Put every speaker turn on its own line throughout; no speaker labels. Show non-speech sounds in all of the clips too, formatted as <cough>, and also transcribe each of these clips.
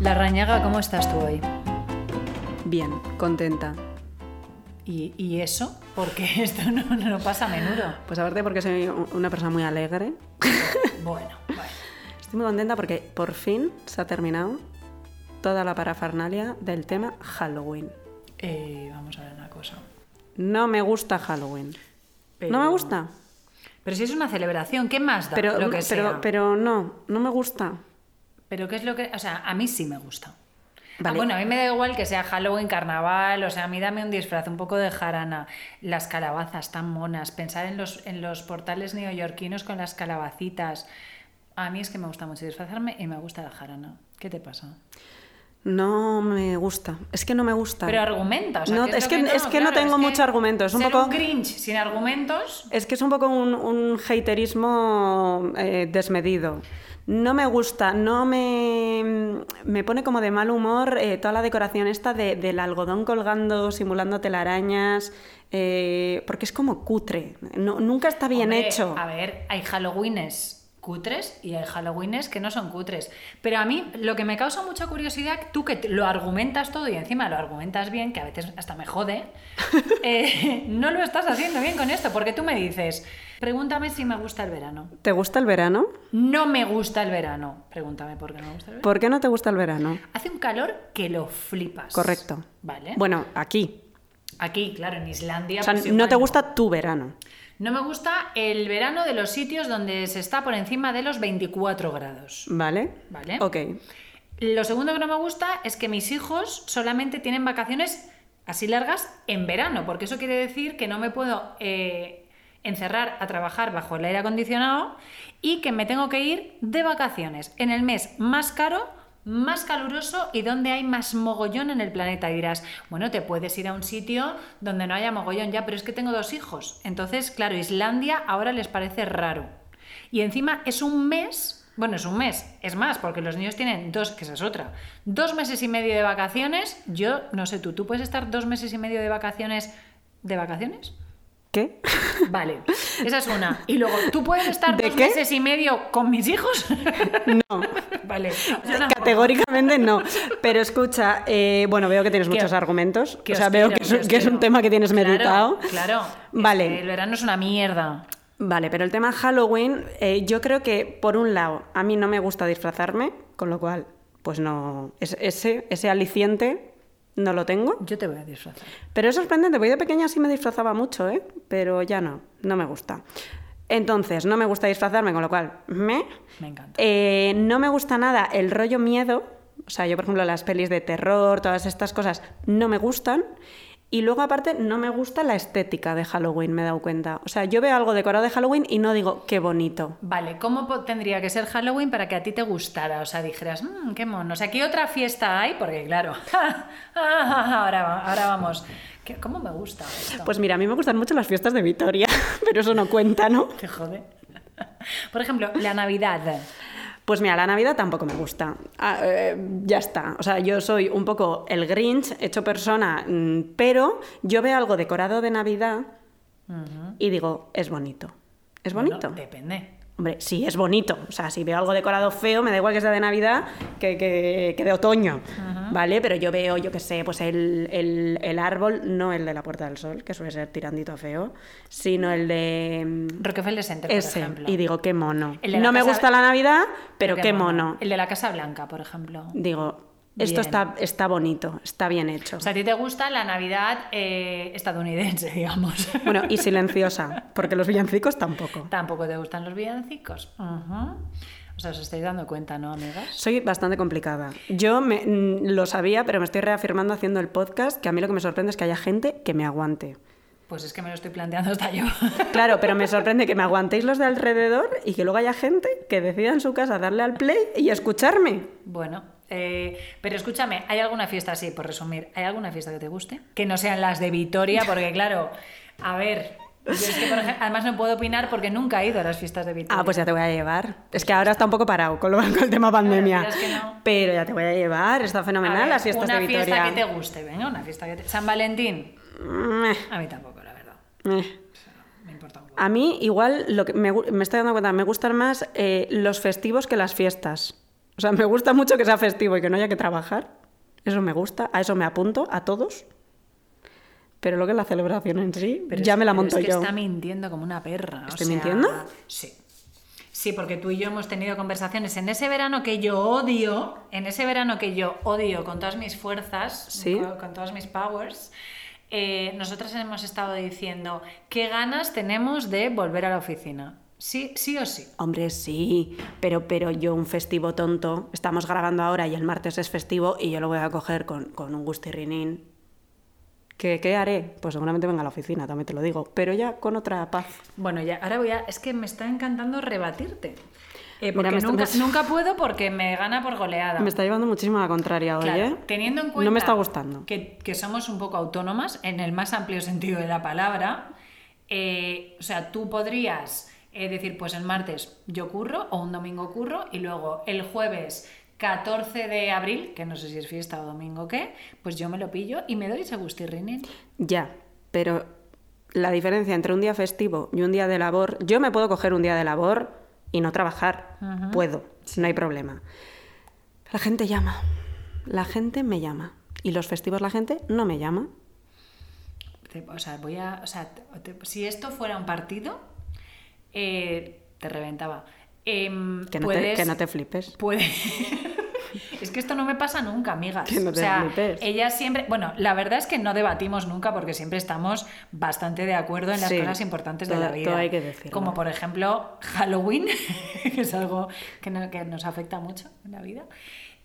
La Rañaga, ¿cómo estás tú hoy?
Bien, contenta.
¿Y, y eso? Porque <laughs> esto no, no pasa a
<laughs>
menudo.
Pues aparte porque soy u- una persona muy alegre.
Bueno, vale.
Estoy muy contenta porque por fin se ha terminado toda la parafernalia del tema Halloween.
Eh, vamos a ver una cosa.
No me gusta Halloween.
Pero-
No me gusta.
Pero si es una celebración, ¿qué más da?
Pero,
lo que
pero,
sea?
pero no, no me gusta.
Pero ¿qué es lo que...? O sea, a mí sí me gusta. Ah,
Vale.
bueno, a mí me da igual que sea Halloween, carnaval, o sea, a mí dame un disfraz, un poco de jarana, las calabazas tan monas, pensar en los, en los portales neoyorquinos con las calabacitas. A mí es que me gusta mucho disfrazarme y me gusta la jarana. ¿Qué te pasa?
No me gusta. Es que no me gusta.
Pero argumenta, o sea,
No,
¿qué
es
lo
que- es que no tengo
es que
mucho argumento, es un
ser
poco-
un cringe sin argumentos.
Es que es un poco un, un haterismo eh, desmedido. No me gusta, no me, me pone como de mal humor eh, toda la decoración esta de- del algodón colgando, simulando telarañas, eh, porque es como cutre, No- nunca está bien
Hombre,
hecho.
A ver, hay Halloweenes cutres y hay Halloweenes que no son cutres. Pero a mí lo que me causa mucha curiosidad, tú que te- lo argumentas todo y encima lo argumentas bien, que a veces hasta me
<laughs>
jode, eh, no lo estás haciendo bien con esto, porque tú me dices, pregúntame si me gusta el verano.
¿Te gusta el verano?
No me gusta el verano. Pregúntame por qué no me gusta el verano.
¿Por qué no te gusta el verano?
Hace un calor que lo flipas.
Correcto.
Vale.
Bueno, aquí.
Aquí, claro, en Islandia.
O sea,
¿Eh? pues
no
igual
te gusta tu verano.
No me gusta el verano de los sitios donde se está por encima de los 24 grados.
¿Vale?
Vale.
Ok.
Lo segundo que no me gusta es que mis hijos solamente tienen vacaciones así largas en verano, porque eso quiere decir que no me puedo eh, encerrar a trabajar bajo el aire acondicionado y que me tengo que ir de vacaciones en el mes más caro, más caluroso y donde hay más mogollón en el planeta. Y dirás, bueno, te puedes ir a un sitio donde no haya mogollón ya, pero es que tengo dos hijos. Entonces, claro, Islandia ahora les parece raro. Y encima es un mes, bueno, es un mes, es más, porque los niños tienen dos, que esa es otra, dos meses y medio de vacaciones. Yo no sé tú, ¿tú puedes estar dos meses y medio de vacaciones de
<laughs>
vacaciones?
¿Qué?
Vale, esa es una. Y luego, ¿tú puedes estar
¿De
dos
qué?
meses y medio con mis hijos?
<laughs> No.
<laughs> vale, yo tampoco.
Categóricamente no. Pero escucha, eh, bueno, veo que tienes
Que-
muchos argumentos.
que
o
os
sea, veo
quiero,
que es, un-
os
que es un
quiero.
tema que tienes
Claro,
meditado.
Claro.
Vale.
Es que el verano es una mierda.
Vale, pero el tema Halloween, eh, yo creo que, por un lado, a mí no me gusta disfrazarme, con lo cual, pues no. es- ese, ese aliciente no lo tengo.
Yo te voy a disfrazar.
Pero es sorprendente, porque de pequeña sí me disfrazaba mucho, ¿eh? Pero ya no, no me gusta. Entonces, no me gusta disfrazarme, con lo cual, me.
Me encanta.
Eh, no me gusta nada el rollo miedo. O sea, yo, por ejemplo, las pelis de terror, todas estas cosas, no me gustan. Y luego, aparte, no me gusta la estética de Halloween, me he dado cuenta. O sea, yo veo algo decorado de Halloween y no digo, qué bonito.
Vale, ¿cómo po- tendría que ser Halloween para que a ti te gustara? O sea, dijeras, mmm, qué mono. O sea, ¿qué otra fiesta hay? Porque, claro, <laughs> ahora, va- ahora vamos. ¿Qué- ¿Cómo me gusta esto? <laughs>
Pues mira, a mí me gustan mucho las fiestas de Vitoria, <laughs> pero eso no cuenta, ¿no?
Te jode. <laughs> Por ejemplo, la Navidad.
Pues mira, la Navidad tampoco me gusta. Ah, eh, ya está. O sea, yo soy un poco el Grinch hecho persona, mm, pero yo veo algo decorado de Navidad y digo, es bonito. Es bonito.
Bueno, depende.
Hombre, sí, es bonito. O sea, si veo algo decorado feo, me da igual que sea de Navidad que, que- que de otoño. ¿Vale? Pero yo veo, yo qué sé, pues el, el- el árbol, no el de la Puerta del Sol, que suele ser tirandito feo, sino el de. mm,
Rockefeller Center, Este, por
Ese.
ejemplo.
Y digo, qué mono.
El de la
No me
casa-
gusta la Navidad, pero qué mono.
El de la Casa Blanca, por ejemplo.
Digo, esto
Bien.
está, está bonito, está bien hecho.
O sea, a ti te gusta la Navidad eh, estadounidense, <laughs> digamos.
bueno, y silenciosa, porque los villancicos tampoco.
Tampoco te gustan los villancicos. Ujú. O sea, os estáis dando cuenta, ¿no, amigas?
Soy bastante complicada. Yo me- mm, lo sabía, pero me estoy reafirmando haciendo el podcast, que a mí lo que me sorprende es que haya gente que me aguante.
Pues es que me lo estoy planteando hasta yo. <laughs>
Claro, pero me sorprende que me aguantéis los de alrededor y que luego haya gente que decida en su casa darle al play y escucharme.
bueno, eh, pero escúchame, ¿hay alguna fiesta así, por resumir? ¿Hay alguna fiesta que te guste? Que no sean las de Vitoria, porque claro, a ver, yo es que por ej- además no puedo opinar porque nunca he ido a las fiestas de Vitoria.
Ah, pues ya te voy a llevar. Es que ahora está un poco parado con, lo- con el tema pandemia.
la verdad es que no.
Pero ya te voy a llevar, está
A
fenomenal
ver,
las fiestas
una
de Vitoria.
fiesta que te guste, venga, una fiesta que te... San Valentín.
Meh,
A mí tampoco, la verdad.
meh.
O sea, me importa un poco.
A mí igual lo que me, gu- me estoy dando cuenta, me gustan más eh, los festivos que las fiestas. O O sea, me gusta mucho que sea festivo y que no haya que trabajar. Eso me gusta, a eso me apunto, a todos. Pero lo que es la celebración en sí,
Pero
ya
es-
me la
pero
monto
es que
yo.
Está mintiendo como una perra. o
¿Estoy
sea,
mintiendo?
Sí. Sí, porque tú y yo hemos tenido conversaciones en ese verano que yo odio, en ese verano que yo odio con todas mis fuerzas,
Sí.
con, con todas mis powers. eh, nosotras hemos estado diciendo qué ganas tenemos de volver a la oficina. Sí, sí o sí.
Hombre, sí, pero, pero yo un festivo tonto, estamos grabando ahora y el martes es festivo y yo lo voy a coger con, con un gustirrinín. ¿Qué, ¿Qué haré? Pues seguramente venga a la oficina, también te lo digo, pero ya con otra paz.
Bueno, ya, ahora voy a. Es que me está encantando rebatirte. Eh,
Mira,
porque
me está-
nunca,
me-
nunca puedo porque me gana por goleada.
Me está llevando muchísimo a la contraria hoy,
Claro,
¿eh?
teniendo en cuenta
No me está gustando.
Que, que somos un poco autónomas en el más amplio sentido de la palabra, eh, o sea, tú podrías eh, decir, pues el martes yo curro o un domingo curro y luego el jueves 14 de abril, que no sé si es fiesta o domingo o qué, pues yo me lo pillo y me doy ese gustirrinín.
Ya, pero la diferencia entre un día festivo y un día de labor, yo me puedo coger un día de labor y no trabajar, puedo, no hay problema. La gente llama, la gente me llama y los festivos la gente no me llama.
Te- O sea, voy a, o sea, te- te- si esto fuera un partido, eh, te reventaba. Em,
Que no, te,
puedes-
que no te flipes.
Puede. Pues, <laughs> es que esto no me pasa nunca, amigas.
Que no
o
te
sea,
flipes.
ella siempre. Bueno, la verdad es que no debatimos nunca porque siempre estamos bastante de acuerdo en las
Sí,
cosas importantes de
todo-
la vida.
todo hay que decirlo.
Como por ejemplo Halloween, <laughs> que es algo que, no- que nos afecta mucho en la vida.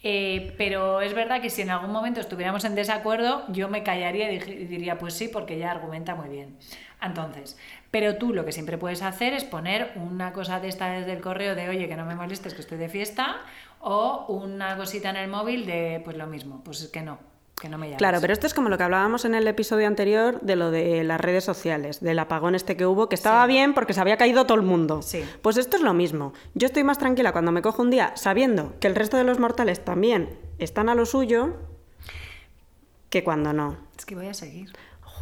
Eh, pero es verdad que si en algún momento estuviéramos en desacuerdo, yo me callaría y dij- y diría pues sí, porque ella argumenta muy bien. Entonces, pero tú lo que siempre puedes hacer es poner una cosa de esta desde el correo de oye, que no me molestes, que estoy de fiesta, o una cosita en el móvil de pues lo mismo, pues es que no, que no me llames.
Claro, pero esto es como lo que hablábamos en el episodio anterior de lo de las redes sociales, del apagón este que hubo, que estaba bien porque se había caído todo el mundo.
Sí.
Pues esto es lo mismo. Yo estoy más tranquila cuando me cojo un día sabiendo que el resto de los mortales también están a lo suyo que cuando no.
Es que voy a seguir.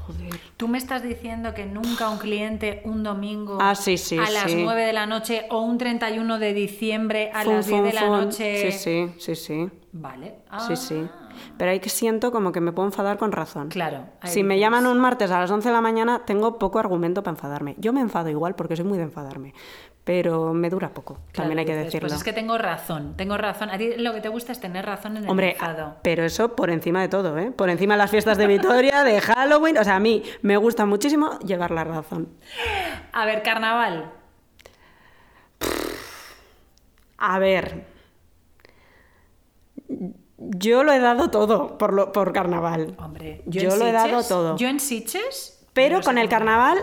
Joder.
Tú me estás diciendo que nunca un cliente un domingo
Ah, sí, sí,
a las
sí.
9 de la noche o un 31 de diciembre a
Fun,
las 10
fun,
de la
fun.
noche.
Sí, sí, sí, sí.
Vale.
Sí,
Ah,
sí. Pero ahí que siento como que me puedo enfadar con razón.
Claro. ahí
Si me
dices.
llaman un martes a las 11 de la mañana, tengo poco argumento para enfadarme. Yo me enfado igual porque soy muy de enfadarme, pero me dura poco,
Claro,
también hay que
dices,
decirlo.
Pues es que tengo razón, tengo razón. A ti lo que te gusta es tener razón en el
Hombre,
enfado.
pero eso por encima de todo, ¿eh? Por encima de las fiestas de Vitoria, de Halloween, o sea, a mí me gusta muchísimo llevar la razón.
A ver, carnaval.
A ver, yo lo he dado todo por, lo- por carnaval,
Hombre,
Yo
en
lo he dado
Sitges-
todo.
Yo en Siches.
pero con el carnaval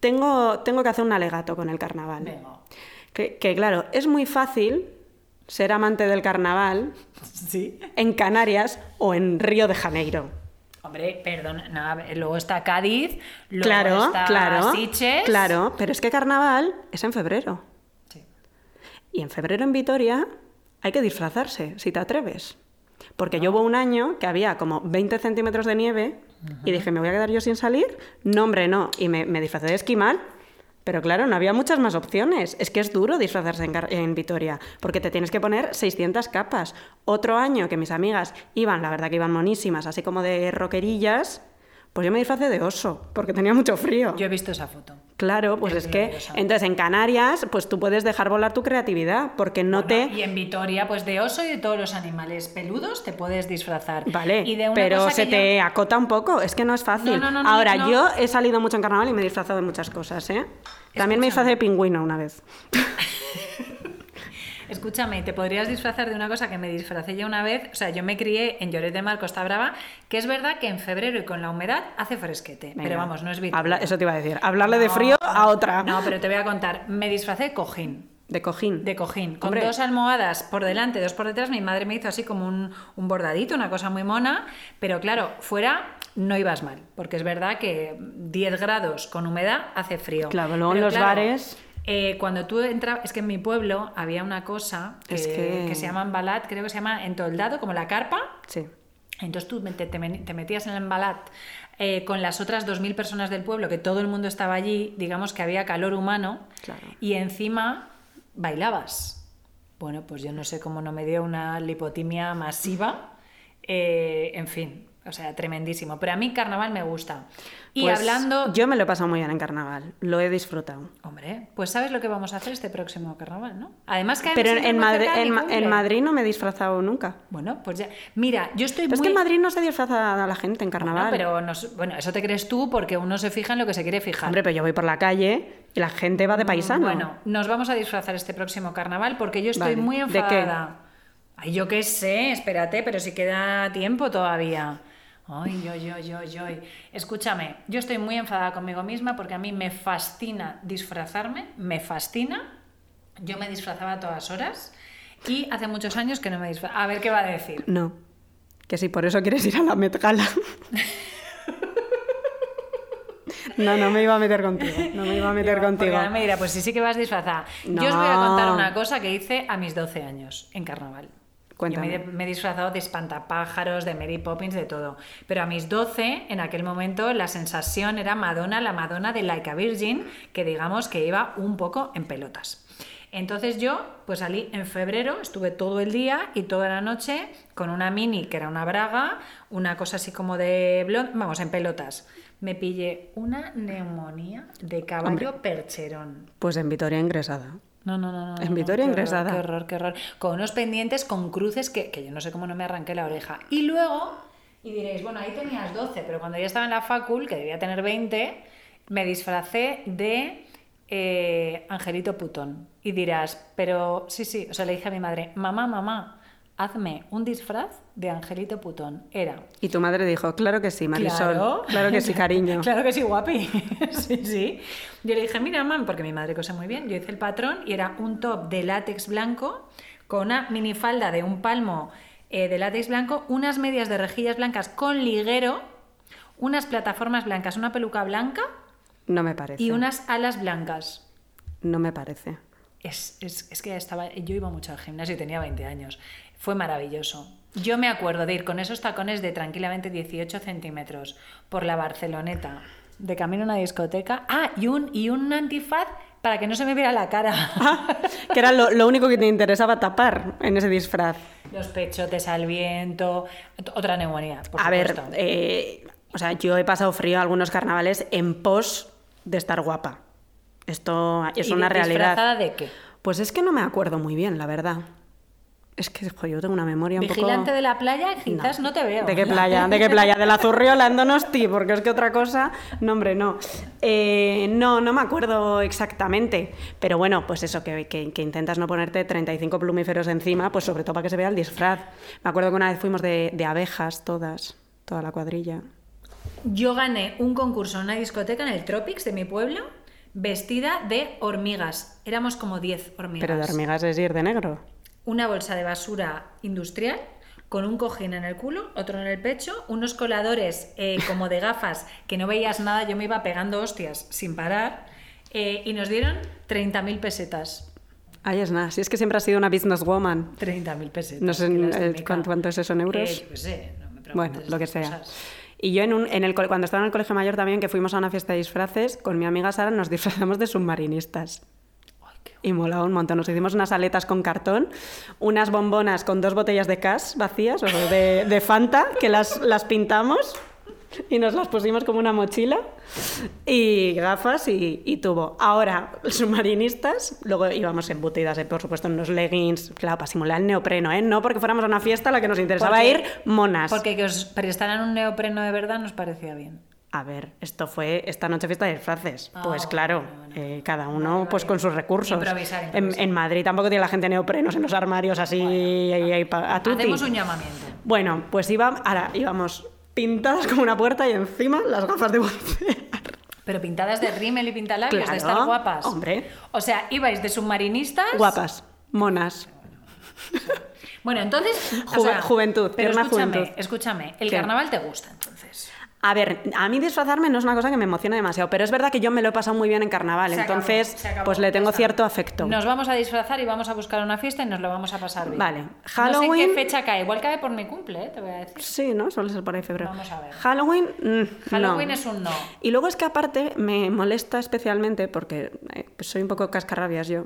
tengo, tengo que hacer un alegato con el carnaval.
Venga.
Que, que, claro, es muy fácil ser amante del carnaval
<laughs> Sí.
en Canarias o en Río de Janeiro.
Hombre, perdón, no, a ver, luego está Cádiz, luego
claro,
está
claro.
Sitges.
Claro, pero es que carnaval es en febrero.
Sí.
Y en febrero en Vitoria hay que disfrazarse, si te atreves. Porque yo hubo un año que había como 20 centímetros de nieve y dije, ¿me voy a quedar yo sin salir? No, hombre, no. Y me, me disfracé de esquimal. Pero claro, no había muchas más opciones. Es que es duro disfrazarse en, Car- en Vitoria, porque te tienes que poner 600 capas. Otro año que mis amigas iban, la verdad que iban monísimas, así como de roquerillas, pues yo me disfracé de oso, porque tenía mucho frío.
Yo he visto esa foto.
Claro, pues es que
gloriosa.
entonces en Canarias pues tú puedes dejar volar tu creatividad porque no
Bueno,
te
Y en Vitoria, pues de oso y de todos los animales peludos te puedes disfrazar.
vale,
y de una
pero
cosa
se
que
te
yo-
acota un poco, es que no es fácil.
No, no, no, no,
Ahora
no.
yo he salido mucho en carnaval y me he disfrazado de muchas cosas, ¿eh? También me disfrazé de pingüino una vez.
Escúchame, te podrías disfrazar de una cosa que me disfracé yo una vez. O sea, yo me crié en Lloret de Mar, Costa Brava, que es verdad que en febrero y con la humedad hace fresquete.
Venga.
Pero vamos, no es Vitoria.
Habla- eso te iba a decir, hablarle de
No,
frío a
no.
otra.
No, pero te voy a contar. Me disfracé de cojín.
De cojín.
De cojín. Con
Hombre.
dos almohadas por delante, dos por detrás. Mi madre me hizo así como un, un bordadito, una cosa muy mona. Pero claro, fuera no ibas mal. Porque es verdad que 10 grados con humedad hace frío.
Claro, luego en
Pero
los bares-
eh, cuando tú entrabas, es que en mi pueblo había una cosa que,
Es que-
que se llama embalat, creo que se llama entoldado, como la carpa,
Sí.
entonces tú te, te men- te metías en el embalat eh, con las otras 2.000 personas del pueblo, que todo el mundo estaba allí, digamos que había calor humano,
Claro.
y encima bailabas. Bueno, pues yo no sé cómo no me dio una lipotimia masiva. Eh, en fin, o sea, tremendísimo. Pero a mí carnaval me gusta. Y
Pues
hablando...
Yo me lo he pasado muy bien en carnaval, lo he disfrutado.
Hombre, pues sabes lo que vamos a hacer este próximo carnaval, ¿no? Además que...
Pero en, en Madrid, en, Ma- en Madrid no me he disfrazado nunca.
Bueno, pues ya... Mira, yo estoy
Pero es
muy...
que en Madrid no se disfraza a la gente en carnaval.
No, pero nos- bueno, eso te crees tú porque uno se fija en lo que se quiere fijar.
Hombre, pero yo voy por la calle y la gente va de paisano.
Mm, Bueno, nos vamos a disfrazar este próximo carnaval porque yo estoy
Vale.
muy
¿De qué?
enfadada. Ay, yo qué sé, espérate, pero si queda tiempo todavía. Ay, yo, yo, yo, yo. Escúchame, yo estoy muy enfadada conmigo misma porque a mí me fascina disfrazarme, me fascina. Yo me disfrazaba a todas horas y hace muchos años que no me disfrazaba. A ver qué va a decir.
No. Que si por eso quieres ir a la Met
<laughs>
Gala. no, no me iba a meter contigo. No me iba a meter
Digo, porque
contigo.
ahora me dirá, pues sí, sí que vas disfrazada.
No.
Yo os voy a contar una cosa que hice a mis 12 años en carnaval.
Cuéntame.
Yo me, me he disfrazado de espantapájaros, de Mary Poppins, de todo. Pero a mis 12, en aquel momento, la sensación era Madonna, la Madonna de Like a Virgin, que digamos que iba un poco en pelotas. Entonces yo, pues salí en febrero, estuve todo el día y toda la noche con una mini que era una braga, una cosa así como de blond, vamos, en pelotas. Me pillé una neumonía de caballo percherón.
Pues en Vitoria ingresada.
No, no, no. no,
En
no,
Vitoria
qué
ingresada.
Horror, qué horror, qué horror. Con unos pendientes, con cruces que, que yo no sé cómo no me arranqué la oreja. Y luego, y diréis, bueno, ahí tenías 12, pero cuando yo estaba en la facul, que debía tener 20, me disfracé de eh, Angelito Putón. Y dirás, pero sí, sí, o sea, le dije a mi madre, mamá, mamá, hazme un disfraz de Angelito Putón. Era
Y tu madre dijo, claro que sí, Marisol.
Claro.
que sí,
<laughs>
cariño.
Claro que sí, guapi. sí, sí. Yo le dije, mira, mam, porque mi madre cose muy bien. Yo hice el patrón y era un top de látex blanco con una minifalda de un palmo eh, de látex blanco, unas medias de rejillas blancas con liguero, unas plataformas blancas, una peluca blanca
No me parece.
y unas alas blancas.
No me parece. <laughs>
Es, es- es que estaba, yo iba mucho al gimnasio y tenía 20 años. Fue maravilloso. Yo me acuerdo de ir con esos tacones de tranquilamente 18 centímetros por la Barceloneta, de camino a una discoteca. Ah, y un, y un antifaz para que no se me viera la
<laughs>
cara.
Que era lo, lo único que te interesaba tapar en ese disfraz.
Los pechotes al viento. Ot- Otra neumonía, por
a ver,
supuesto.
eh, o sea, yo he pasado frío algunos carnavales en pos de estar guapa. Esto es
¿Y
una
di-
realidad.
disfrazada de qué?
Pues es que no me acuerdo muy bien, la verdad. Es que jo, yo tengo una memoria un
Vigilante
poco...
de la playa, quizás no, te veo.
¿De qué playa?
<laughs>
¿De qué playa? ¿De la Zurriola en Donosti? Porque es que otra cosa... No, hombre, no. Eh, no, no me acuerdo exactamente. Pero bueno, pues eso, que, que- que intentas no ponerte 35 plumíferos encima, pues sobre todo para que se vea el disfraz. Me acuerdo que una vez fuimos de, de abejas todas, toda la cuadrilla.
Yo gané un concurso en una discoteca en el Tropics de mi pueblo vestida de hormigas. Éramos como 10 hormigas.
Pero de hormigas es ir de negro.
Una bolsa de basura industrial con un cojín en el culo, otro en el pecho, unos coladores eh, como de gafas que no veías nada, yo me iba pegando hostias sin parar eh, y nos dieron 30.000 pesetas.
Ahí es nada, si es que siempre has sido una businesswoman.
30.000 pesetas.
No sé eh,
que las de
el-
Meca.
cuánto- cuánto es eso en euros.
Eh, yo qué sé, no me
Bueno,
preguntes
lo que
esas
sea.
cosas.
Y yo en un, en el, cole- cuando estaba en el colegio mayor también, que fuimos a una fiesta de disfraces, con mi amiga Sara nos disfrazamos de submarinistas.
Ay, qué
Y molaba un montón. Nos hicimos unas aletas con cartón, unas bombonas con dos botellas de cas vacías, o de, de Fanta, que las, las pintamos y nos las pusimos como una mochila y gafas y, y tubo. Ahora, submarinistas, luego íbamos embutidas, eh, por supuesto, en unos leggings, claro, para simular el neopreno, ¿eh? No porque fuéramos a una fiesta a la que nos interesaba
Porque-
ir monas.
Porque que os prestaran un neopreno de verdad nos parecía bien.
A ver, esto fue esta noche fiesta de disfraces.
Ah,
pues
bueno,
claro,
bueno.
eh, cada uno
Vale,
pues
vale.
con sus recursos.
Improvisar,
En-
improvisar.
En, Madrid tampoco tiene la gente neoprenos en los armarios así ahí- ahí pa- a tutti.
Hacemos un llamamiento.
Bueno, pues iba, ahora íbamos pintadas como una puerta y encima las gafas de bucear.
Pero pintadas de rímel y pintalabios, de
Claro,
estar guapas.
hombre.
O sea, ibais de submarinistas.
Guapas, monas.
Bueno,
<laughs>
entonces. o
Juve-
sea,
juventud,
pero
tierna
escúchame,
juventud.
Escúchame, el
¿Qué?
carnaval te gusta entonces.
A ver, a mí disfrazarme no es una cosa que me emociona demasiado, pero es verdad que yo me lo he pasado muy bien en carnaval,
Se acabó,
entonces
se acabó,
pues le
ya
tengo
está.
cierto afecto.
Nos vamos a disfrazar y vamos a buscar una fiesta y nos lo vamos a pasar bien.
Vale,
No sé en
Halloween-
qué fecha cae, igual cae por mi cumple, eh, te voy a decir.
Sí, ¿no? Suele ser por ahí febrero.
Vamos a ver.
Halloween, mm,
Halloween
no.
es un no.
Y luego es que aparte me molesta especialmente, porque eh, pues soy un poco cascarrabias yo,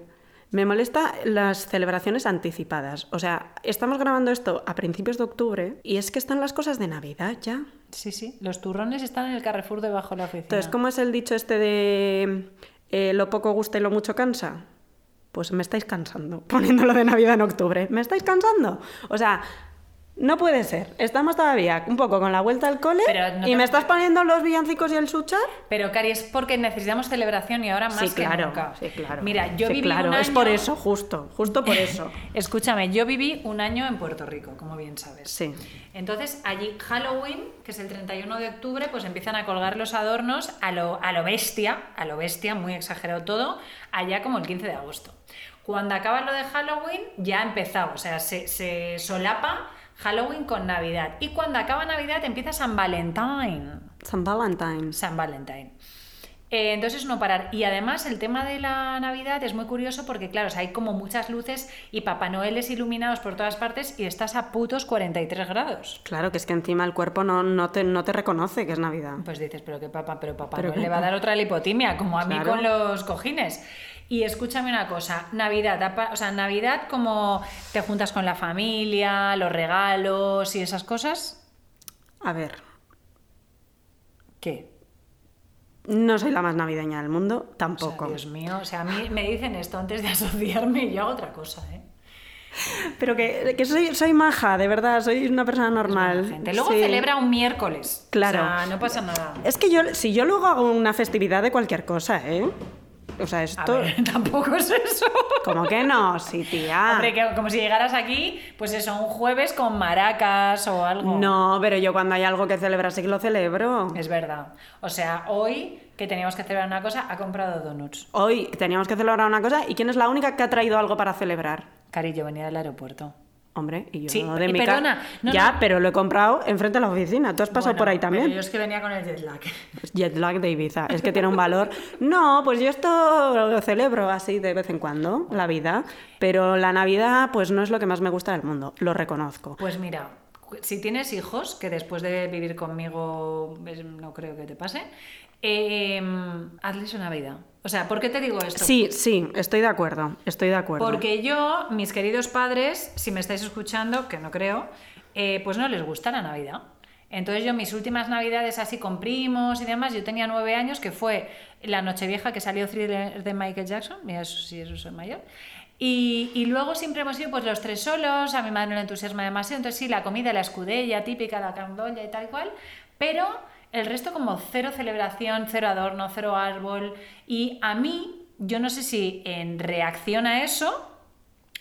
Me molesta las celebraciones anticipadas. O sea, estamos grabando esto a principios de octubre y es que están las cosas de Navidad ya.
Sí, sí. Los turrones están en el Carrefour debajo de la oficina.
Entonces, ¿cómo es el dicho este de eh, lo poco gusta y lo mucho cansa? Pues me estáis cansando <laughs> poniéndolo de Navidad en octubre. ¿Me estáis cansando? O sea, no puede ser. Estamos todavía un poco con la vuelta al cole
Pero no
y
te-
me estás poniendo los villancicos y el suchar.
Pero, Cari, es porque necesitamos celebración y ahora más
sí,
que
claro,
nunca.
sí, claro.
Mira, yo
Sí,
viví
claro,
un
es por
año-
eso, justo, justo por eso.
<laughs> Escúchame, yo viví un año en Puerto Rico, como bien sabes.
Sí.
Entonces, allí Halloween, que es el 31 de octubre, pues empiezan a colgar los adornos a lo, a lo bestia, a lo bestia, muy exagerado todo, allá como el 15 de agosto. Cuando acaba lo de Halloween, ya ha empezado, o sea, se, se solapa Halloween con Navidad. Y cuando acaba Navidad, empieza San Valentín.
San Valentine's.
San Valentín. Eh, entonces no parar. Y además el tema de la Navidad es muy curioso porque, claro, o sea, hay como muchas luces y Papá Noel es iluminados por todas partes y estás a putos 43 grados.
Claro, que es que encima el cuerpo no, no, te, no te reconoce que es Navidad.
Pues dices, pero qué papá, pero Papá
Pero
Noel
qué
le va a
pa-
dar otra lipotimia, como a mí
Claro.
con los cojines. Y escúchame una cosa, Navidad, apa- o sea, Navidad como te juntas con la familia, los regalos y esas cosas,
A ver,
¿qué?
no soy la más navideña del mundo,
O sea,
tampoco.
Dios mío, o sea, a mí me dicen esto antes de asociarme y yo hago otra cosa, ¿eh?
Pero que, que soy, soy maja, de verdad, soy una persona normal.
la gente. Luego
Sí.
celebra un miércoles.
Claro.
O sea, no pasa nada.
Es que yo, si yo luego hago una festividad de cualquier cosa, ¿eh? O sea,
A
esto...
ver, <laughs> tampoco es eso.
¿Cómo que no? Sí, tía.
<laughs> Hombre, que como si llegaras aquí, pues eso, un jueves con maracas o algo.
No, pero yo cuando hay algo que celebrar sí que lo celebro.
Es verdad. O sea, hoy que teníamos que celebrar una cosa, ha comprado donuts.
Hoy teníamos que celebrar una cosa y ¿quién es la única que ha traído algo para celebrar?
Carillo, venía del aeropuerto.
Hombre, y yo
Sí,
de
y
mi ca-
perdona, no,
ya,
no.
pero lo he comprado enfrente de la oficina. Tú has pasado
Bueno,
por ahí también.
pero yo es que venía con el jet lag. <laughs>
Jet lag de Ibiza, es que tiene un valor. <laughs> No, pues yo esto lo celebro así de vez en cuando, la vida, pero la Navidad pues no es lo que más me gusta del mundo, lo reconozco.
Pues mira, si tienes hijos, que después de vivir conmigo es- no creo que te pase, eh, hazles una vida. O sea, ¿por qué te digo esto?
Sí, sí, estoy de acuerdo, estoy de acuerdo.
Porque yo, mis queridos padres, si me estáis escuchando, que no creo, eh, pues no les gusta la Navidad. Entonces yo mis últimas navidades así con primos y demás, yo tenía nueve años, que fue la Nochevieja que salió Thriller de Michael Jackson, mira eso sí, eso soy mayor, y, y luego siempre hemos ido pues los tres solos, a mi madre no le entusiasma demasiado, entonces sí, la comida, la escudella típica, la candolla y tal y cual, pero el resto como cero celebración, cero adorno, cero árbol, y a mí, yo no sé si en reacción a eso,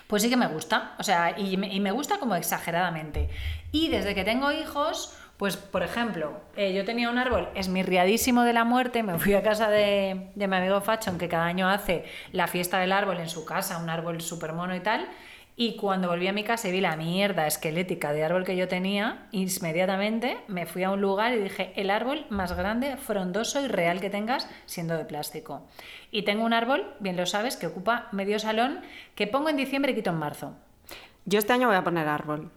pues sí que me gusta, o sea, y me, y me gusta como exageradamente. Y desde que tengo hijos, pues por ejemplo, eh, yo tenía un árbol esmirriadísimo de la muerte, me fui a casa de, de mi amigo Fachon, que cada año hace la fiesta del árbol en su casa, un árbol súper mono y tal, y cuando volví a mi casa y vi la mierda esquelética de árbol que yo tenía, inmediatamente me fui a un lugar y dije, el árbol más grande, frondoso y real que tengas, siendo de plástico. Y tengo un árbol, bien lo sabes, que ocupa medio salón, que pongo en diciembre y quito en marzo.
Yo este año voy a poner árbol.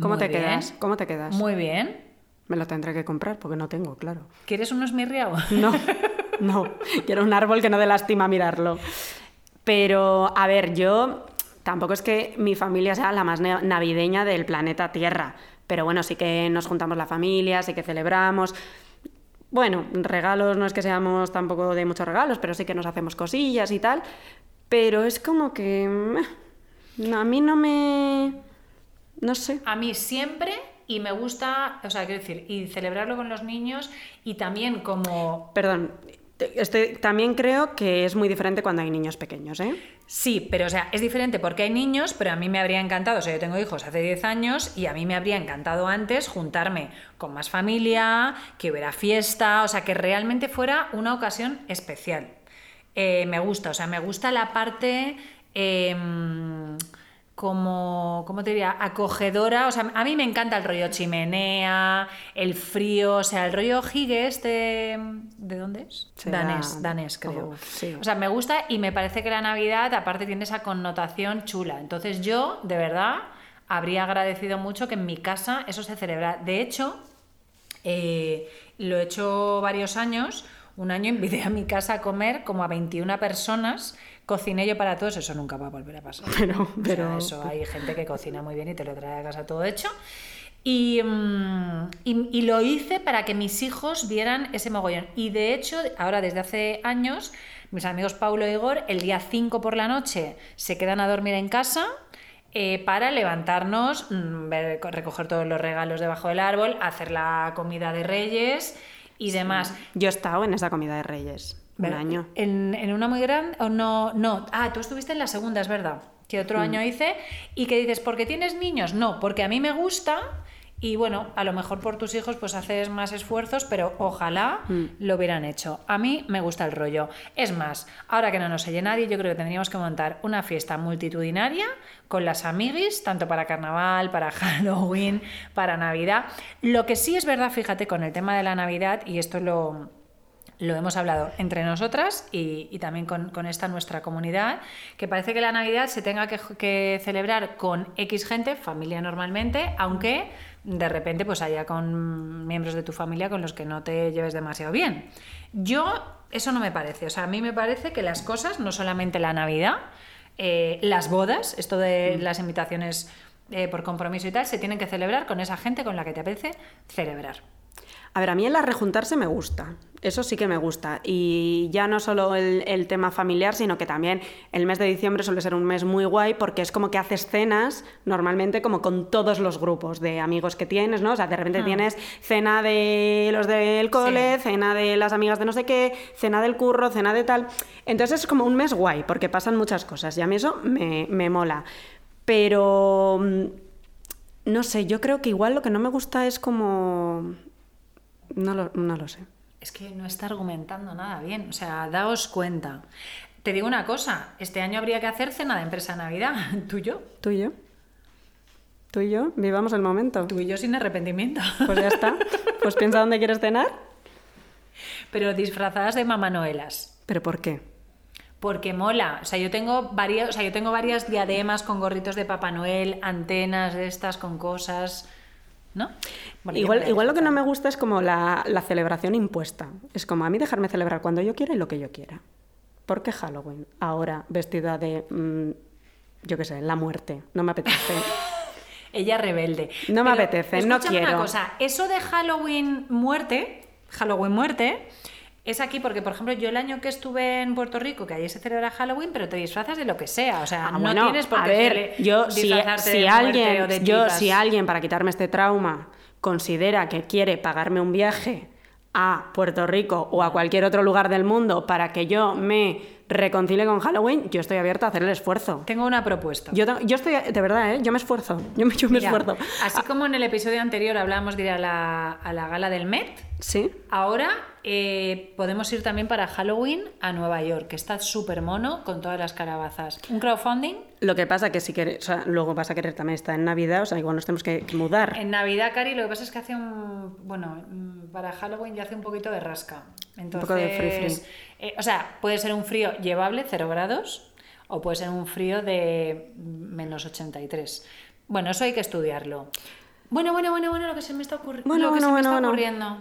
¿Cómo
Muy
te
bien.
quedas? ¿Cómo te quedas?
Muy bien.
Me lo tendré que comprar porque no tengo, claro.
¿Quieres unos mirriagos? <laughs>
No, no. Quiero un árbol que no dé lástima mirarlo. Pero, a ver, yo tampoco es que mi familia sea la más ne- navideña del planeta Tierra. Pero bueno, sí que nos juntamos la familia, sí que celebramos. Bueno, regalos no es que seamos tampoco de muchos regalos, pero sí que nos hacemos cosillas y tal. Pero es como que. meh, no, A mí no me. No sé.
A mí siempre y me gusta, o sea, quiero decir, y celebrarlo con los niños y también como
Perdón. te- Estoy, también creo que es muy diferente cuando hay niños pequeños, ¿eh?
Sí, pero o sea, es diferente porque hay niños, pero a mí me habría encantado, o sea, yo tengo hijos hace 10 años y a mí me habría encantado antes juntarme con más familia, que hubiera fiesta, o sea, que realmente fuera una ocasión especial. Eh, me gusta, o sea, me gusta la parte em, como, ¿cómo te diría? Acogedora, o sea, a mí me encanta el rollo chimenea, el frío, o sea, el rollo higue este, ¿de dónde es?
Será-
Danés, danés, creo.
Oh, sí.
O sea, me gusta y me parece que la Navidad aparte tiene esa connotación chula. Entonces yo, de verdad, habría agradecido mucho que en mi casa eso se celebra. De hecho, eh, lo he hecho varios años. Un año invité a mi casa a comer como a 21 personas, cociné yo para todos, eso nunca va a volver a pasar.
Pero,
O sea,
pero-
eso hay gente que cocina muy bien y te lo trae a casa todo hecho. Y, mm, y- y lo hice para que mis hijos vieran ese mogollón. Y de hecho, ahora desde hace años, mis amigos Paulo e Igor, el día 5 por la noche, se quedan a dormir en casa. eh, para levantarnos, mm, ver- recoger todos los regalos debajo del árbol, hacer la comida de reyes y demás.
Yo he estado en esa comida de Reyes. Un
Ver-
año.
En, en una muy grande, o no, no. Ah, tú estuviste en la segunda, es verdad, que otro
Mm.
año hice, y que dices, ¿por qué tienes niños? No, porque a mí me gusta, y bueno, a lo mejor por tus hijos pues haces más esfuerzos, pero ojalá
Mm.
lo hubieran hecho. A mí me gusta el rollo. Es más, ahora que no nos oye nadie, yo creo que tendríamos que montar una fiesta multitudinaria con las amiguis, tanto para carnaval, para <laughs> Halloween, para Navidad. Lo que sí es verdad, fíjate, con el tema de la Navidad, y esto lo lo hemos hablado entre nosotras y, y también con, con esta nuestra comunidad, que parece que la Navidad se tenga que, que celebrar con X gente, familia normalmente, aunque de repente pues haya con miembros de tu familia con los que no te lleves demasiado bien. Yo eso no me parece, o sea, a mí me parece que las cosas, no solamente la Navidad, eh, las bodas, esto de las invitaciones eh, por compromiso y tal, se tienen que celebrar con esa gente con la que te apetece celebrar.
A ver, a mí el arrejuntarse me gusta. Eso sí que me gusta. Y ya no solo el, el tema familiar, sino que también el mes de diciembre suele ser un mes muy guay porque es como que haces cenas normalmente como con todos los grupos de amigos que tienes, ¿no? O sea, de repente tienes cena de los del cole, cena de las amigas de no sé qué, cena del curro, cena de tal. Entonces es como un mes guay porque pasan muchas cosas y a mí eso me, me mola. Pero... mm, No sé, yo creo que igual lo que no me gusta es como no lo, no lo sé.
Es que no está argumentando nada bien, o sea, daos cuenta. Te digo una cosa, este año habría que hacer cena de empresa Navidad, <laughs> tú y yo,
¿Tú y yo? ¿Tú y yo? Vivamos el momento.
tú y yo sin arrepentimiento, <laughs>
Pues ya está. Pues piensa dónde quieres cenar.
pero disfrazadas de mamá Noelas.
¿Pero por qué?
Porque mola, o sea, yo tengo varias, o sea, yo tengo varias diademas con gorritos de Papá Noel, antenas de estas con cosas, ¿no? Bueno, yo me
igual
voy a
igual lo que no me gusta es como la, la celebración impuesta. Es como a mí dejarme celebrar cuando yo quiera y lo que yo quiera. ¿Por qué Halloween? Ahora vestida de, mm, yo qué sé, la muerte. No me apetece.
Ella rebelde.
No me apetece, no
escúchame
quiero.
una cosa, eso de Halloween muerte, Halloween muerte, es aquí porque, por ejemplo, yo el año que estuve en Puerto Rico, que allí se celebra Halloween, pero te disfrazas de lo que sea, o sea,
Ah,
no
bueno,
tienes por qué
a ver,
cele-
yo si,
disfrazarte
si
de muerte o de
alguien, yo
tripas.
si alguien para quitarme este trauma considera que quiere pagarme un viaje a Puerto Rico o a cualquier otro lugar del mundo para que yo me reconcilie con Halloween, yo estoy abierta a hacer el esfuerzo.
Tengo una propuesta.
Yo, te- yo estoy, de verdad, ¿eh? yo me esfuerzo, yo me, yo me
Mira,
esfuerzo. Ah,
Así como en el episodio anterior hablábamos de ir a la, a la gala del Met,
Sí,
Ahora eh, podemos ir también para Halloween a Nueva York, que está súper mono con todas las calabazas. Un crowdfunding
lo que pasa que si querer, o sea, luego vas a querer también estar en Navidad, o sea, igual nos tenemos que que mudar.
En Navidad, Cari, lo que pasa es que hace un. Bueno, mm, para Halloween ya hace un poquito de rasca. Entonces,
poco de fri-fri.
eh, o sea, puede ser un frío llevable, 0 grados, o puede ser un frío de menos 83. Bueno, eso hay que estudiarlo. Bueno, bueno, bueno, bueno, lo que se me está, ocurri-
Bueno,
lo que
bueno,
se me
bueno,
está
bueno.
ocurriendo.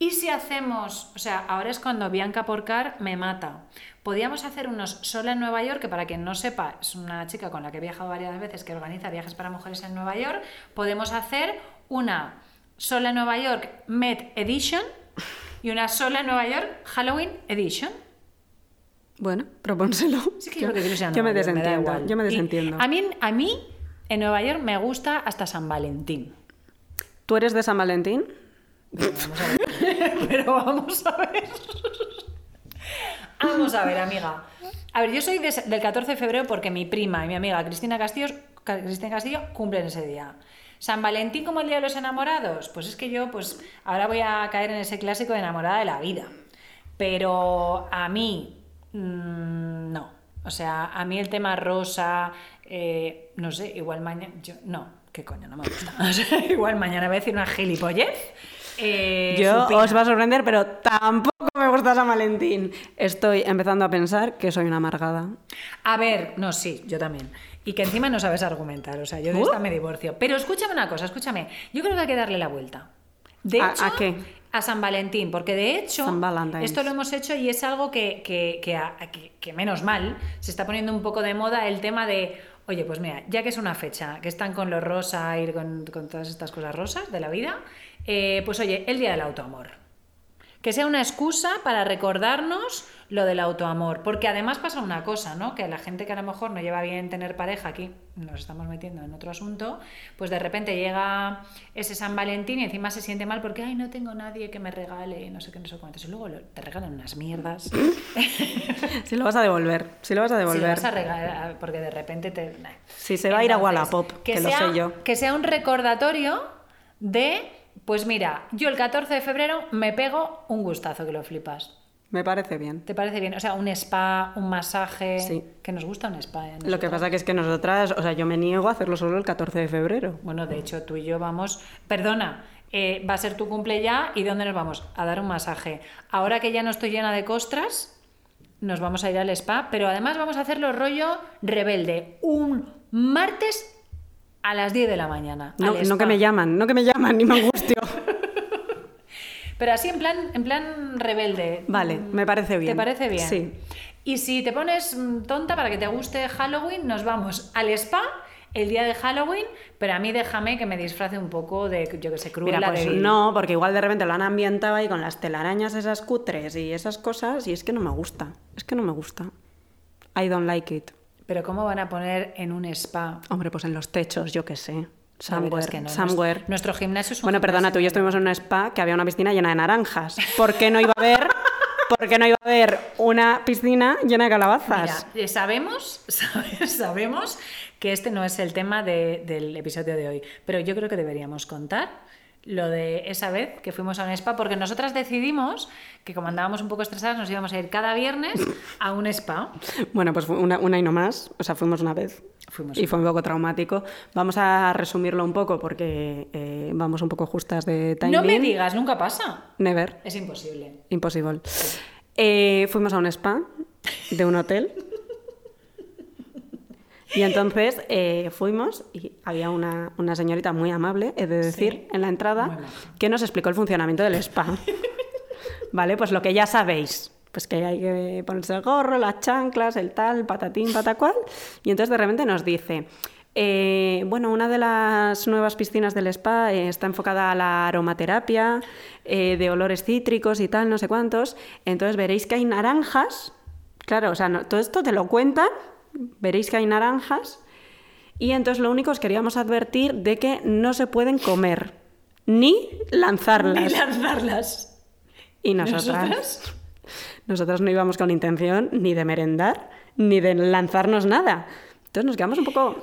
Y si hacemos, o sea, ahora es cuando Bianca Porcar me mata. Podíamos hacer unos sola en Nueva York, que para quien no sepa, es una chica con la que he viajado varias veces que organiza viajes para mujeres en Nueva York. Podemos hacer una sola en Nueva York Met Edition y una sola en Nueva York Halloween Edition.
Bueno, propónselo.
Sí que yo, lo que quiero es ir a
yo me
Nueva York, da
desentiendo,
igual.
yo me
Y
desentiendo.
a, mí, a mí, en Nueva York me gusta hasta San Valentín.
¿Tú eres de San Valentín?
<laughs> Pero vamos a ver. Vamos a ver, amiga. A ver, yo soy de- del 14 de febrero porque mi prima y mi amiga Cristina Castillo, Ca- Cristina Castillo cumplen ese día. San Valentín como el día de los enamorados. Pues es que yo, pues ahora voy a caer en ese clásico de enamorada de la vida. Pero a mí, mm, no. O sea, a mí el tema rosa, eh, no sé, igual mañana. Yo, no, qué coño, no me gusta. <laughs> O sea, igual mañana voy a decir una gilipollez. eh,
Yo
supina.
os va a sorprender, pero tampoco me gusta San Valentín. Estoy empezando a pensar que soy una amargada.
A ver, no, sí, yo también. Y que encima
Uh.
no sabes argumentar, o sea, yo de esta me divorcio. Pero escúchame una cosa, escúchame. Yo creo que hay que darle la vuelta. De
¿A-
hecho,
a qué?
a San Valentín, porque de hecho,
San Valentine's.
esto lo hemos hecho y es algo que, que- que a- que- que menos mal, se está poniendo un poco de moda el tema de, oye, pues mira, ya que es una fecha, que están con los rosa y con, con todas estas cosas rosas de la vida, eh, pues oye, el día del autoamor. Que sea una excusa para recordarnos lo del autoamor. Porque además pasa una cosa, ¿no? Que la gente que a lo mejor no lleva bien tener pareja aquí, nos estamos metiendo en otro asunto, pues de repente llega ese San Valentín y encima se siente mal porque, ay, no tengo nadie que me regale, no sé qué, no sé cuántos. Y luego lo- te regalan unas
<clears throat>
mierdas.
Si lo vas a devolver, si lo vas a
Si
devolver.
le vas a regalar, porque de repente te. nah.
Sí, se va a ir a
Entonces,
Wallapop, que lo
sea,
sé yo.
Que sea un recordatorio de, pues mira, yo el 14 de febrero me pego un gustazo que lo flipas.
Me parece bien.
¿Te parece bien? O sea, un spa, un masaje.
Sí.
Que nos gusta un spa. ¿eh?
Lo que
Nosotras.
pasa que es que nosotras, o sea, yo me niego a hacerlo solo el 14 de febrero.
Bueno, de hecho, tú y yo vamos. Perdona, eh, va a ser tu cumple ya. ¿Y dónde nos vamos? A dar un masaje. Ahora que ya no estoy llena de costras, nos vamos a ir al spa. Pero además vamos a hacerlo rollo rebelde. Un martes a las 10 de la mañana.
No,
al
no que
spa.
me llaman, no que me llaman, ni me
<laughs>
angustio.
Pero así en plan, en plan rebelde.
Vale, me parece bien.
¿Te parece bien?
Sí.
Y si te pones mm, tonta para que te guste Halloween, nos vamos al spa el día de Halloween, pero a mí déjame que me disfrace un poco de, yo que sé, cruela
Mira, pues
de...
no, porque igual de repente lo han ambientado ahí con las telarañas esas cutres y esas cosas, y es que no me gusta. Es que no me gusta. I don't like it.
Pero ¿cómo van a poner en un spa?
Hombre, pues en los techos, yo qué sé.
La verdad
Somewhere,
es que no, nos-
somewhere.
Nuestro gimnasio es un
Bueno, perdona, tú y yo estuvimos en un spa que había una piscina llena de naranjas. ¿Por qué no iba a haber, <laughs> por qué no iba a haber una piscina llena de calabazas?
Mira, eh, sabemos, <laughs> sabe- sabemos que este no es el tema de- del episodio de hoy, pero yo creo que deberíamos contar lo de esa vez que fuimos a un spa, porque nosotras decidimos que como andábamos un poco estresadas nos íbamos a ir cada viernes a un spa.
Bueno, pues fue una, una y no más. O sea, fuimos una vez.
Fuimos
Y fue un poco traumático. Vamos a resumirlo un poco porque eh, vamos un poco justas de timing.
No me digas, nunca pasa.
Never.
Es imposible.
Imposible. Eh, fuimos a un spa de un hotel. Y entonces eh, fuimos y había una, una señorita muy amable, he de decir,
Sí,
en la
muy
entrada,
maja.
que nos explicó el funcionamiento del spa. ¿Vale? Pues lo que ya sabéis. Pues que hay que ponerse el gorro, las chanclas, el tal, patatín, patacual. Y entonces de repente nos dice, eh, bueno, una de las nuevas piscinas del spa eh, está enfocada a la aromaterapia, eh, de olores cítricos y tal, no sé cuántos. Entonces veréis que hay naranjas. Claro, o sea, no- todo esto te lo cuentan. Veréis que hay naranjas. Y entonces lo único os queríamos advertir de que no se pueden comer ni lanzarlas.
Ni <laughs> lanzarlas.
Y nosotras, nosotras no íbamos con intención ni de merendar, ni de lanzarnos nada. Entonces nos quedamos un poco,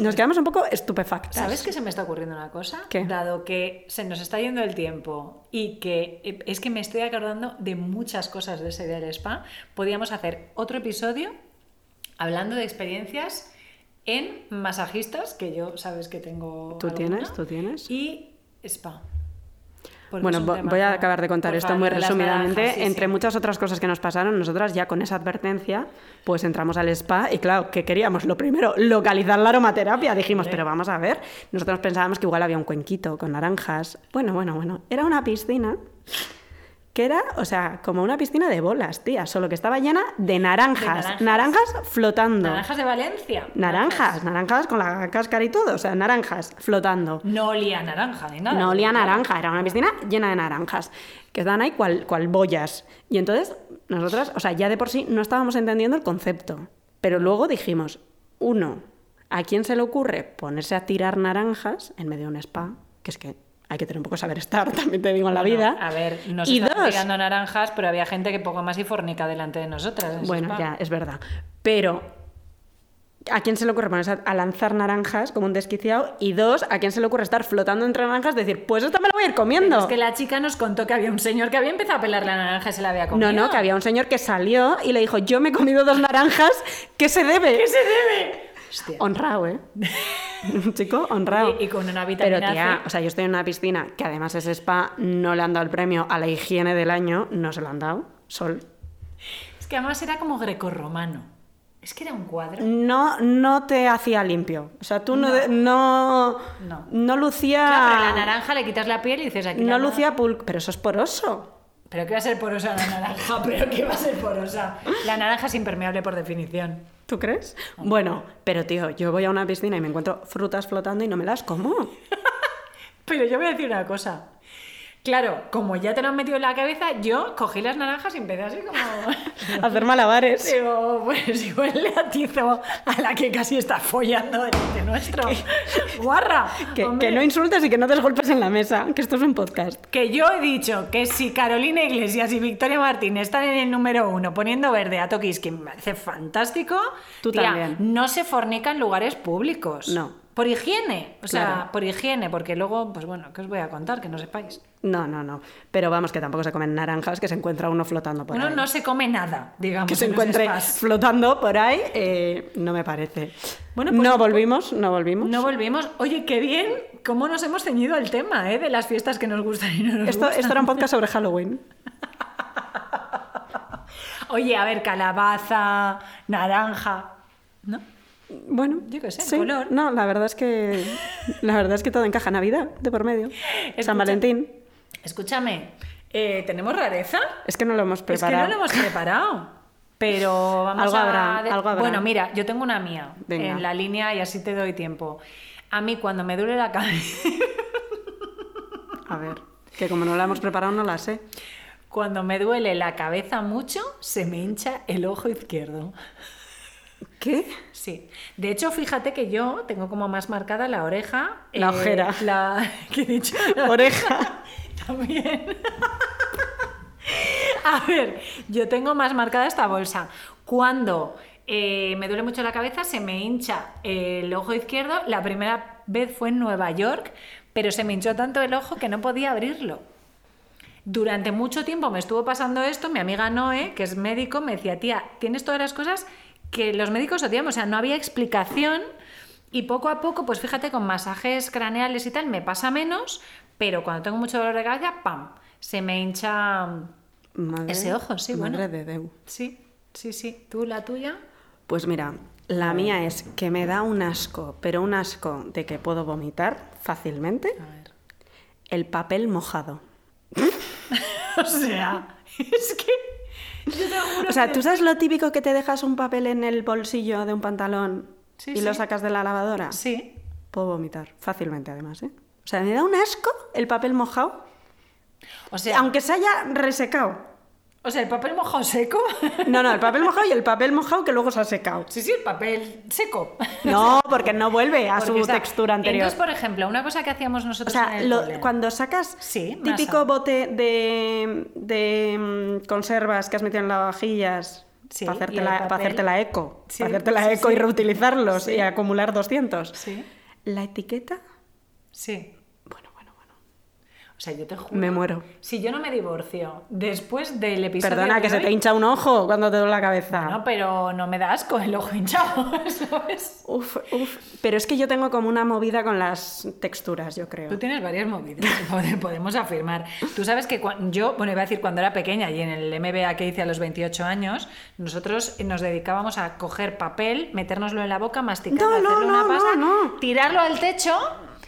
nos quedamos un poco estupefactas.
¿Sabes qué se me está ocurriendo una cosa?
¿Qué?
Dado que se nos está yendo el tiempo y que eh, es que me estoy acordando de muchas cosas de ese día del spa, podíamos hacer otro episodio hablando de experiencias en masajistas, que yo sabes que tengo.
Tú
alguna,
tienes, tú tienes.
Y spa. Porque
Bueno,
es un
vo-
tema
voy a
que-
acabar de contar
por
esto
favor,
muy
de las
resumidamente.
naranjas, sí,
Entre
sí.
muchas otras cosas que nos pasaron, nosotras ya con esa advertencia, pues entramos al spa y claro, ¿qué queríamos? Lo primero, localizar la aromaterapia. Dijimos, pero vamos a ver. Nosotros pensábamos que igual había un cuenquito con naranjas. Bueno, bueno, bueno. Era una piscina que era, o sea, como una piscina de bolas, tía, solo que estaba llena de naranjas.
naranjas.
naranjas flotando.
Naranjas de Valencia.
Naranjas, naranjas con la cáscara y todo, o sea, naranjas flotando.
No olía a naranja ni nada. ¿eh?
No olía a naranja, era una piscina llena de naranjas, que estaban ahí cual, cual boyas. Y entonces, nosotras, o sea, ya de por sí no estábamos entendiendo el concepto. Pero luego dijimos, uno, ¿a quién se le ocurre ponerse a tirar naranjas en medio de un spa? Que es que hay que tener un poco de saber estar, <laughs> también te digo, en la
Bueno,
vida.
A ver, nos
y
estaban
dos,
tirando naranjas, pero había gente que poco más y fornica delante de nosotras. en ese
bueno,
spa.
ya, es verdad. Pero, ¿a quién se le ocurre ponerse a- a lanzar naranjas como un desquiciado? Y dos, ¿a quién se le ocurre estar flotando entre naranjas? Decir, pues esta me la voy a ir comiendo.
Es que la chica nos contó que había un señor que había empezado a pelar la naranja y se la había comido.
No, no, que había un señor que salió y le dijo, yo me he comido dos naranjas, ¿qué se debe? ¿Qué se debe?
Hostia.
Honrado, ¿eh? <laughs> Un chico honrado.
Y- y con una vitamina
Pero tía,
C.
o sea, yo estoy en una piscina que además es spa, no le han dado el premio a la higiene del año, no se lo han dado, sol.
Es que además era como grecorromano. Es que era un cuadro.
No, no te hacía limpio. O sea, tú no,
No.
de- no,
No.
no lucía.
Claro, pero la naranja le quitas la piel y dices aquí.
no
la nada.
lucía pul- Pero eso es poroso.
Pero que va a ser porosa la naranja, <laughs> pero que va a ser porosa. La naranja es impermeable por definición.
¿Tú crees? Bueno, pero tío, yo voy a una piscina y me encuentro frutas flotando y no me las como.
Pero yo voy a decir una cosa. Claro, como ya te lo han metido en la cabeza, yo cogí las naranjas y empecé así
<laughs>
como.
Hacer malabares.
Digo, pues <laughs> igual le atizo a la que casi está follando delante nuestro. ¡Guarra!
<laughs> Que,
hombre.
que no insultes y que no des golpes en la mesa, que esto es un podcast.
Que yo he dicho que si Carolina Iglesias y Victoria Martín están en el número uno poniendo verde a Tokis, que me parece fantástico,
Tú
tía,
también.
no se fornica en lugares públicos.
No.
Por higiene, o sea,
Claro.
por higiene, porque luego, pues bueno, ¿qué os voy a contar? Que no sepáis.
No, no, no. Pero vamos, que tampoco se comen naranjas, que se encuentra uno flotando por
Uno
ahí.
no se come nada, digamos.
que se
en los
encuentre
spas.
flotando por ahí, eh, no me parece.
Bueno, pues-
no volvimos, no volvimos.
No volvimos. Oye, qué bien, cómo nos hemos ceñido al tema, ¿eh? De las fiestas que nos gustan y no nos
esto,
gustan.
esto era un podcast sobre Halloween.
Oye, a ver, calabaza, naranja, ¿no?
Bueno,
Yo qué sé,
sí.
color.
No, la verdad es que la verdad es que todo encaja. Navidad de por medio.
Escucha.
San Valentín.
Escúchame, eh, ¿tenemos rareza?
Es que no lo hemos
Es que no
preparado.
lo hemos
<laughs>
preparado. Pero vamos
Algo
a...
habrá, algo habrá.
Bueno, mira, yo tengo una mía
Venga.
en la línea y así te doy tiempo. A mí cuando me duele la cabeza,
A ver, que como no la hemos preparado no la sé.
<laughs> cuando me duele la cabeza mucho, se me hincha el ojo izquierdo.
¿Qué?
Sí. De hecho, fíjate que yo tengo como más marcada la oreja. eh,
La ojera.
La... <laughs> ¿Qué he
<laughs>
dicho?
Oreja.
También. <laughs> A ver, yo tengo más marcada esta bolsa. Cuando eh, me duele mucho la cabeza, se me hincha el ojo izquierdo. La primera vez fue en Nueva York, pero se me hinchó tanto el ojo que no podía abrirlo. Durante mucho tiempo me estuvo pasando esto, mi amiga Noé, que es médico, me decía, tía, tienes todas las cosas que los médicos odiamos, o sea, no había explicación y poco a poco, pues fíjate, con masajes craneales y tal, me pasa menos, pero cuando tengo mucho dolor de cabeza, ¡pam! Se me hincha...
Madre,
Ese ojo, sí, bueno.
madre de Deu.
Sí, sí, sí. ¿Tú la tuya?
Pues mira, la mía es que me da un asco, pero un asco de que puedo vomitar fácilmente.
A ver.
El papel mojado.
<laughs> O sea, es que... Yo te juro
O sea,
que-
¿tú sabes lo típico que te dejas un papel en el bolsillo de un pantalón
Sí,
y lo
sí.
sacas de la lavadora?
Sí.
Puedo vomitar, fácilmente además, ¿eh? O sea, me da un asco el papel mojado,
O sea,
aunque se haya resecado.
o sea, el papel mojado seco.
No, no, el papel mojado y el papel mojado que luego se ha secado.
Sí, sí, el papel seco.
No, porque no vuelve a su
Porque está-
textura anterior.
Entonces, por ejemplo, una cosa que hacíamos
O
nosotros en
sea,
el
lo-
cole.
cuando sacas
Sí, masa.
típico bote de, de, mm, conservas que has metido en lavavajillas
Sí,
para,
y
hacerte
el
la, para
papel.
hacerte la eco,
Sí,
para hacerte la
sí,
eco
sí.
y reutilizarlos
Sí.
y acumular 200.
Sí,
La etiqueta,
sí.
bueno, bueno, bueno,
O sea, yo te juro.
me muero.
Si yo no me divorcio después del episodio.
Perdona,
de
que se
hoy-
te hincha un ojo cuando te duele la cabeza.
No, pero no me da asco el ojo hinchado, <laughs> ¿sabes?
Uf, uf. Pero es que yo tengo como una movida con las texturas, yo creo.
Tú tienes varias movidas, <laughs> pod- podemos afirmar. Tú sabes que cuan- yo, bueno, iba a decir cuando era pequeña y en el MBA que hice a los 28 años, nosotros nos dedicábamos a coger papel, metérnoslo en la boca, masticarlo,
No, no,
hacerle una
no,
pasa,
no, no.
tirarlo al techo,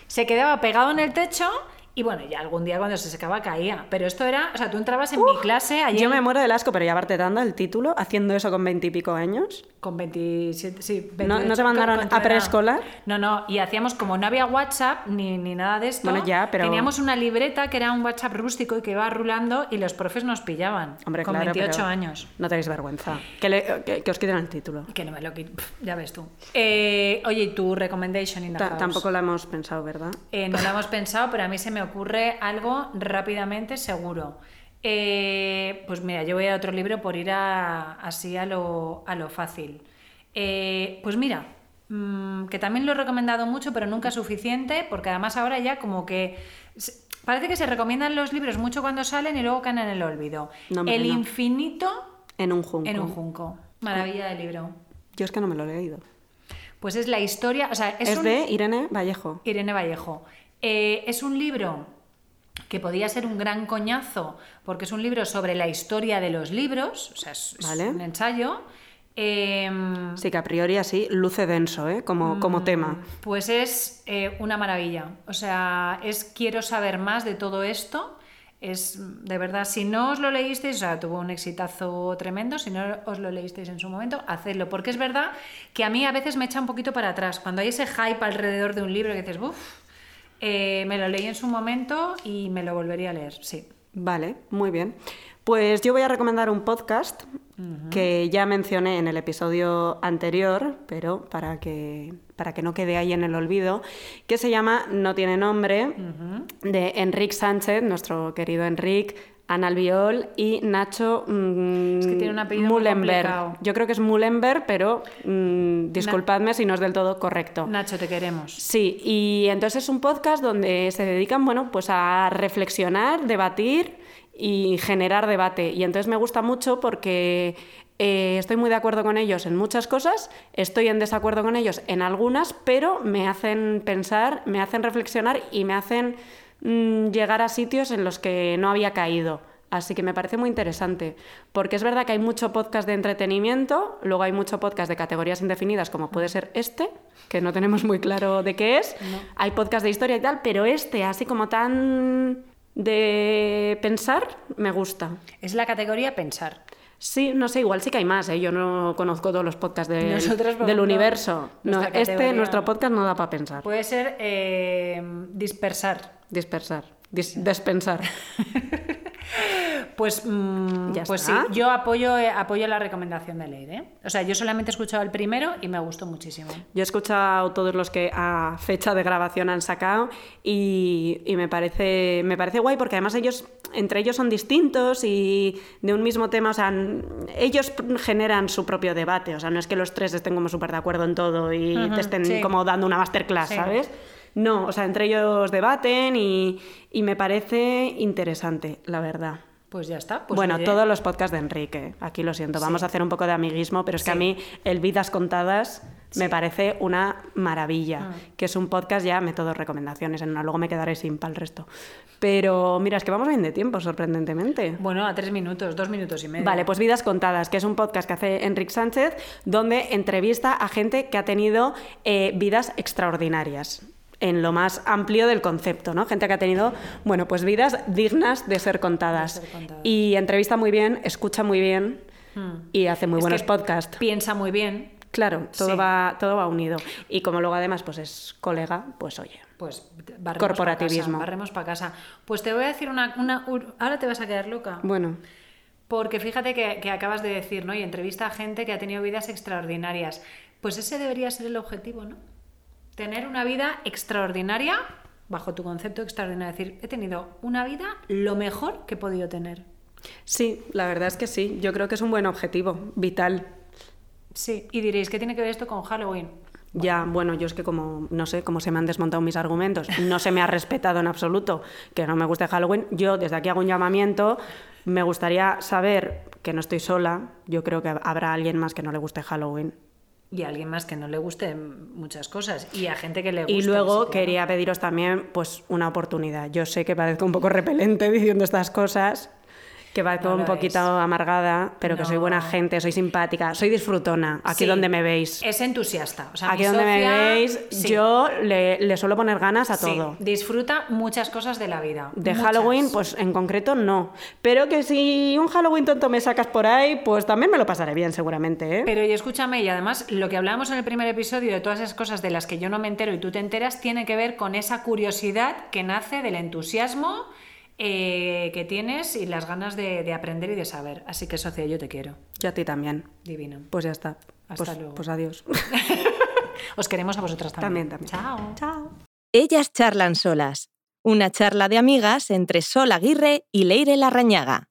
se quedaba pegado en el techo y bueno, ya algún día cuando se secaba caía. Pero esto era, o sea, tú entrabas en mi clase allí
Yo me muero del asco, pero llevarte dando el título haciendo eso con veintipico años.
Con 27, sí.
¿No- no te
28,
mandaron
con tu
a
edad.
preescolar?
No, no, y hacíamos como no había WhatsApp ni, ni nada de esto.
Bueno, ya, pero-
Teníamos una libreta que era un WhatsApp rústico y que iba rulando y los profes nos pillaban.
Hombre,
con
claro,
28
pero
años.
No tenéis vergüenza. Que, le- que- que os quiten el título.
Que no me lo quit- Pff, Ya ves tú. Eh, oye, ¿y tu recommendation in the
Ta-
house?
Tampoco lo hemos pensado, ¿verdad?
Eh, no lo hemos pensado, pero a mí se me ocurre algo rápidamente seguro. Eh, pues mira, yo voy a otro libro por ir a- así a lo, a lo fácil. Eh, pues mira, mm, que también lo he recomendado mucho, pero nunca suficiente, porque además ahora ya como que... se- Parece que se recomiendan los libros mucho cuando salen y luego caen en el olvido.
No, hombre,
el
no.
infinito
En un junco.
en un junco. Maravilla de libro.
Yo es que no me lo he leído.
Pues es la historia... O sea, es,
Es,
un-
de Irene Vallejo.
Irene Vallejo. Eh, es un libro que podía ser un gran coñazo, porque es un libro sobre la historia de los libros, o sea, es, es
Vale.
un ensayo, Eh,
Sí, que a priori así luce denso, ¿eh? Como, como tema.
Pues es eh, una maravilla. O sea, es quiero saber más de todo esto. Es mm, de verdad, si no os lo leísteis, o sea, tuvo un exitazo tremendo. Si no os lo leísteis en su momento, hacedlo. Porque es verdad que a mí a veces me echa un poquito para atrás. Cuando hay ese hype alrededor de un libro que dices, uff, me lo leí en su momento y me lo volvería a leer. Sí.
Vale, muy bien. Pues yo voy a recomendar un podcast que ya mencioné en el episodio anterior, pero para que, para que no quede ahí en el olvido, que se llama No tiene nombre, de Enric Sánchez, nuestro querido Enric, Ana Albiol y Nacho mm,
Es que tiene un apellido muy complicado.
Mullenberg. Yo creo que es Mullenberg, pero mm, disculpadme si no es del todo correcto.
Nacho, te queremos.
Sí, y entonces es un podcast donde se dedican, bueno, pues a reflexionar, debatir y generar debate. Y entonces me gusta mucho porque eh, estoy muy de acuerdo con ellos en muchas cosas, estoy en desacuerdo con ellos en algunas, pero me hacen pensar, me hacen reflexionar y me hacen mm, llegar a sitios en los que no había caído. Así que me parece muy interesante, porque es verdad que hay mucho podcast de entretenimiento, luego hay mucho podcast de categorías indefinidas, como puede ser este, que no tenemos muy claro de qué es, hay podcast de historia y tal, pero este, así como tan de pensar, me gusta.
Es la categoría pensar.
Sí, no sé, igual sí que hay más, ¿eh? yo no conozco todos los podcasts del,
Nosotros, por
del
ejemplo,
universo. No,
nuestra
este,
categoría-
nuestro podcast no da para pensar,
Puede ser eh, dispersar.
dispersar, dis- despensar.
Pues, mm,
Ya
pues sí,
está.
yo apoyo, eh, apoyo la recomendación de Leire. ¿eh? O sea, yo solamente he escuchado el primero y me gustó muchísimo.
Yo he escuchado todos los que a fecha de grabación han sacado y, y me, parece, me parece guay porque además ellos, entre ellos son distintos y de un mismo tema, o sea, n- ellos p- generan su propio debate, o sea, no es que los tres estén como súper de acuerdo en todo y
Ujú,
te estén
sí.
como dando una masterclass,
Sí.
¿sabes? No, o sea, entre ellos debaten y, y me parece interesante, la verdad.
Pues ya está. Pues
bueno,
oye,
todos los podcasts de Enrique, aquí lo siento, vamos a hacer un poco de amiguismo, pero es que a
Sí.
mí el Vidas Contadas me parece una maravilla,
Ah.
que es un podcast, ya meto dos recomendaciones, en una luego me quedaré sin para el resto. Pero mira, es que vamos bien de tiempo, sorprendentemente.
Bueno, a tres minutos, dos minutos y medio.
Vale, pues Vidas Contadas, que es un podcast que hace Enrique Sánchez, donde entrevista a gente que ha tenido eh, vidas extraordinarias en lo más amplio del concepto, ¿no? Gente que ha tenido, bueno, pues vidas dignas de ser
De
contadas.
ser contadas.
Y entrevista muy bien, escucha muy bien y hace muy
Es
buenos
que
podcasts.
Hmm. Piensa muy bien,
Claro, todo,
Sí.
va, todo va unido. Y como luego además pues es colega, pues oye.
pues barremos
Corporativismo.
pa' casa, barremos para casa. Pues te voy a decir una, una- un- Ahora te vas a quedar loca.
Bueno,
Porque fíjate que, que acabas de decir, ¿no? Y entrevista a gente que ha tenido vidas extraordinarias. Pues ese debería ser el objetivo, ¿no? Tener una vida extraordinaria, bajo tu concepto extraordinario. Es decir, he tenido una vida lo mejor que he podido tener.
sí, la verdad es que sí. Yo creo que es un buen objetivo, vital.
Sí. Y diréis, ¿qué tiene que ver esto con Halloween?
Ya, bueno, yo es que como, no sé, como se me han desmontado mis argumentos, no se me ha respetado en absoluto que no me guste Halloween, yo desde aquí hago un llamamiento, me gustaría saber que no estoy sola, yo creo que habrá alguien más que no le guste Halloween.
Y a alguien más que no le guste muchas cosas. Y a gente que le guste.
Y
ni
luego
siquiera.
quería pediros también pues una oportunidad. Yo sé que parezco un poco repelente <laughs> diciendo estas cosas, que parezco
No
un
lo
poquito
es.
amargada, pero que soy
No.
buena gente, soy simpática, soy disfrutona, aquí
Sí,
donde me veis.
Es entusiasta. O sea,
Aquí
mi
donde me
Sofía,
veis,
sí,
yo le, le suelo poner ganas a
sí,
todo.
disfruta muchas cosas de la vida.
De
Muchas.
Halloween, pues en concreto no. Pero que si un Halloween tonto me sacas por ahí, pues también me lo pasaré bien seguramente, ¿eh?
Pero y escúchame, y además lo que hablábamos en el primer episodio de todas esas cosas de las que yo no me entero y tú te enteras, tiene que ver con esa curiosidad que nace del entusiasmo eh, que tienes y las ganas de, de aprender y de saber. Así que, socia, yo te quiero.
Yo a ti también.
Divino.
Pues ya está.
Hasta
pues,
luego.
pues adiós.
Os queremos a vosotras
También,
también. Chao.
también. <laughs> Chao.
Ellas charlan solas. Una charla de amigas entre Sol Aguirre y Leire Larrañaga.